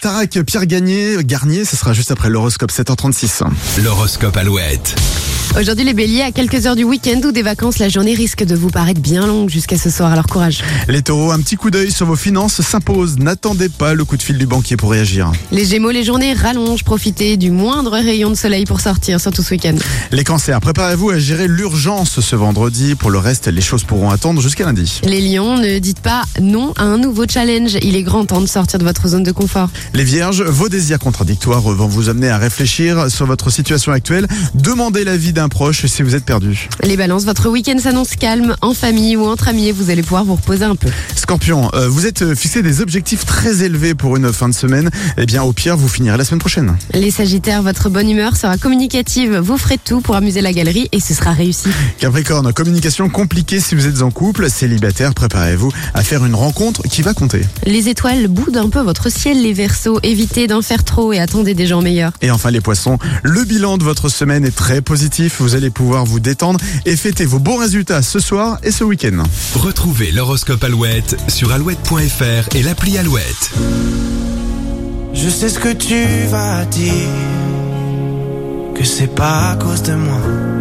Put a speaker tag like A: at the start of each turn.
A: Starac, Pierre Gagné, Garnier, ce sera juste après l'horoscope 7h36.
B: L'horoscope Alouette.
C: Aujourd'hui, les béliers, à quelques heures du week-end ou des vacances, la journée risque de vous paraître bien longue jusqu'à ce soir, alors courage.
A: Les taureaux, un petit coup d'œil sur vos finances s'impose. N'attendez pas le coup de fil du banquier pour réagir.
C: Les gémeaux, les journées rallongent, profitez du moindre rayon de soleil pour sortir, surtout ce week-end.
A: Les cancers, préparez-vous à gérer l'urgence ce vendredi. Pour le reste, les choses pourront attendre jusqu'à lundi.
C: Les lions, ne dites pas non à un nouveau challenge, il est grand temps de sortir de votre zone de confort.
A: Les vierges, vos désirs contradictoires vont vous amener à réfléchir sur votre situation actuelle. Demandez l'avis d'un proche si vous êtes perdu.
C: Les balances, votre week-end s'annonce calme, en famille ou entre amis, vous allez pouvoir vous reposer un peu.
A: Scorpion, euh, vous êtes euh, fixé des objectifs très élevés pour une fin de semaine. Eh bien, au pire, vous finirez la semaine prochaine.
C: Les sagittaires, votre bonne humeur sera communicative, vous ferez tout pour amuser la galerie et ce sera réussi.
A: Capricorne, communication compliquée si vous êtes en couple. Célibataire, préparez-vous à faire une rencontre qui va compter.
C: Les étoiles boudent un peu votre ciel, les versos, évitez d'en faire trop et attendez des gens meilleurs.
A: Et enfin, les poissons, le bilan de votre semaine est très positif. Vous allez pouvoir vous détendre et fêter vos bons résultats ce soir et ce week-end.
B: Retrouvez l'horoscope Alouette sur alouette.fr et l'appli Alouette.
D: Je sais ce que tu vas dire, que c'est pas à cause de moi.